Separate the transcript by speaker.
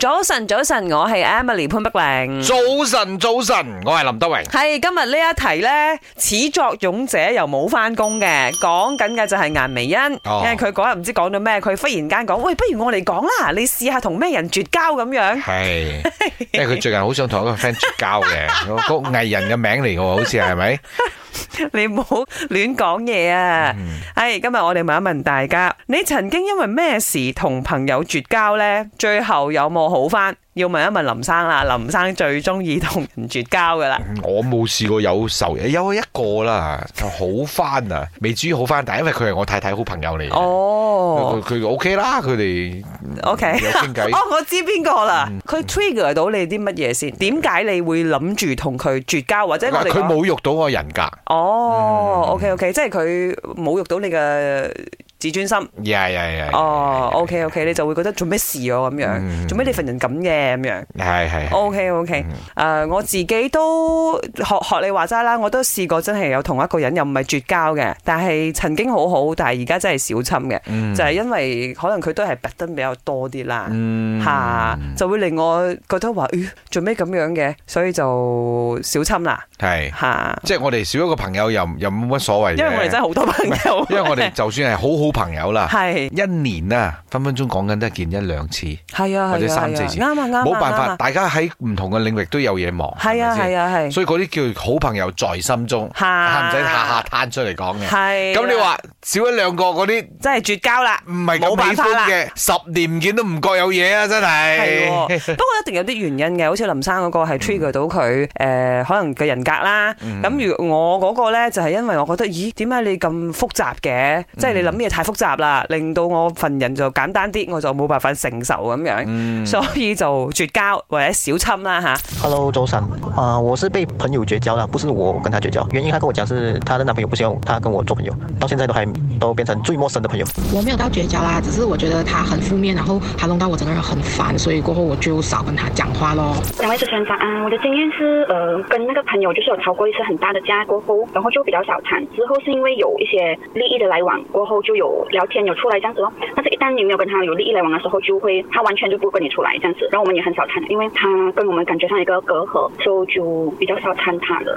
Speaker 1: 早晨，早晨，我係 Emily 潘碧玲。
Speaker 2: 早晨，早晨，我係林德榮。
Speaker 1: 係今日呢一題呢，始作俑者又冇翻工嘅，講緊嘅就係顏薇恩，
Speaker 2: 哦
Speaker 1: 因為佢嗰日唔知講到咩，佢忽然間講，喂，不如我嚟講啦，你試下同咩人絕交咁樣。
Speaker 2: 係，因為佢最近好想同一個 friend 絕交 嘅，嗰個藝人嘅名嚟嘅喎，好似係咪？
Speaker 1: 你唔好亂講嘢啊！係今日我哋問一問大家，你曾經因為咩事同朋友絕交呢？最後有冇好翻？要問一問林生啦，林生最中意同人絕交噶啦。
Speaker 2: 我冇試過有仇，有一個啦，就好翻啊，未至於好翻，但係因為佢係我太太好朋友嚟嘅，
Speaker 1: 哦
Speaker 2: 佢佢 OK 啦，佢哋
Speaker 1: ，OK，
Speaker 2: 有傾 偈嗯
Speaker 1: 哦，我知邊個啦。佢 trigger 到你啲乜嘢先？點解你會諗住同佢絕交，或者我哋
Speaker 2: 佢嗯
Speaker 1: 講
Speaker 2: 侮辱到我人格，
Speaker 1: 哦，OK OK，即係佢侮辱到你嘅自尊心。
Speaker 2: 呀呀呀，
Speaker 1: 哦，OK OK，你就會覺得做咩事啊我咁樣，
Speaker 2: 嗯
Speaker 1: 做咩你份人咁嘅咁樣。
Speaker 2: 係係係
Speaker 1: OK OK，誒
Speaker 2: 嗯
Speaker 1: 呃我自己都學學你話齋啦，我都試過真係有同一個人又唔係絕交嘅，但係曾經好好，但係而家真係小侵嘅，
Speaker 2: 嗯
Speaker 1: 就係因為可能佢都係拔得比較多啲啦，
Speaker 2: 嗯
Speaker 1: 嚇就會令我覺得話，咦做咩咁樣嘅，所以就小侵啦
Speaker 2: 係，
Speaker 1: 嚇，
Speaker 2: 即係我哋少一個朋友又又冇乜所謂嘅，
Speaker 1: 因為我哋真係好多朋友，
Speaker 2: 因為 我哋就算係好好朋友啦，
Speaker 1: 係
Speaker 2: 一年啊分分鐘講緊都係見一兩次。
Speaker 1: 係啊
Speaker 2: 或者
Speaker 1: 係啊係
Speaker 2: 三
Speaker 1: 啊
Speaker 2: 四，次
Speaker 1: 啱啊啱啊，
Speaker 2: 冇辦
Speaker 1: 啱
Speaker 2: 法，
Speaker 1: 啊，
Speaker 2: 大家喺唔同嘅領域都有嘢忙，
Speaker 1: 係啊
Speaker 2: 係咪
Speaker 1: 係
Speaker 2: 先
Speaker 1: 啊係，
Speaker 2: 所以嗰啲叫好朋友在心中，啊
Speaker 1: 嚇
Speaker 2: 唔使下下攤出嚟講嘅。
Speaker 1: 係啊
Speaker 2: 咁你話少一兩個嗰啲
Speaker 1: 真係絕交啦，
Speaker 2: 唔係
Speaker 1: 冇
Speaker 2: 咁
Speaker 1: 辦
Speaker 2: 喜
Speaker 1: 法
Speaker 2: 歡
Speaker 1: 啦。
Speaker 2: 嘅，十年唔見都唔覺有嘢啊！真
Speaker 1: 係喎，
Speaker 2: 係，
Speaker 1: 不過一定有啲原因嘅，好似林生嗰個係 trigger 到佢誒、呃可能嘅人格啦。咁如我嗰個咧，就係因為我覺得，咦，點解你咁複雜嘅？即係你諗嘢太複雜啦，令到我份人就簡單啲，我就冇辦法承受咁樣，所以就絕交或者小侵啦吓。
Speaker 3: Hello，周三啊、我是被朋友绝交了，不是我跟他绝交。原因他跟我讲是她的男朋友不希望她跟我做朋友，到现在都还都变成最陌生的朋友。
Speaker 4: 我没有到绝交啦，只是我觉得他很负面，然后他弄到我整个人很烦，所以过后我就少跟他讲话咯。
Speaker 5: 两位主持人早安，我的经验是，呃，跟那个朋友就是有吵过一次很大的架，过后，然后就比较少谈。之后是因为有一些利益的来往，过后就有聊天，有出来这样子咯。但是，一旦你没有跟他有利益来往的时候，就会他完全就不跟你出来这样子。然后我们也很少谈，因为他跟我们感觉上有一个隔阂，所以就比较少谈他了。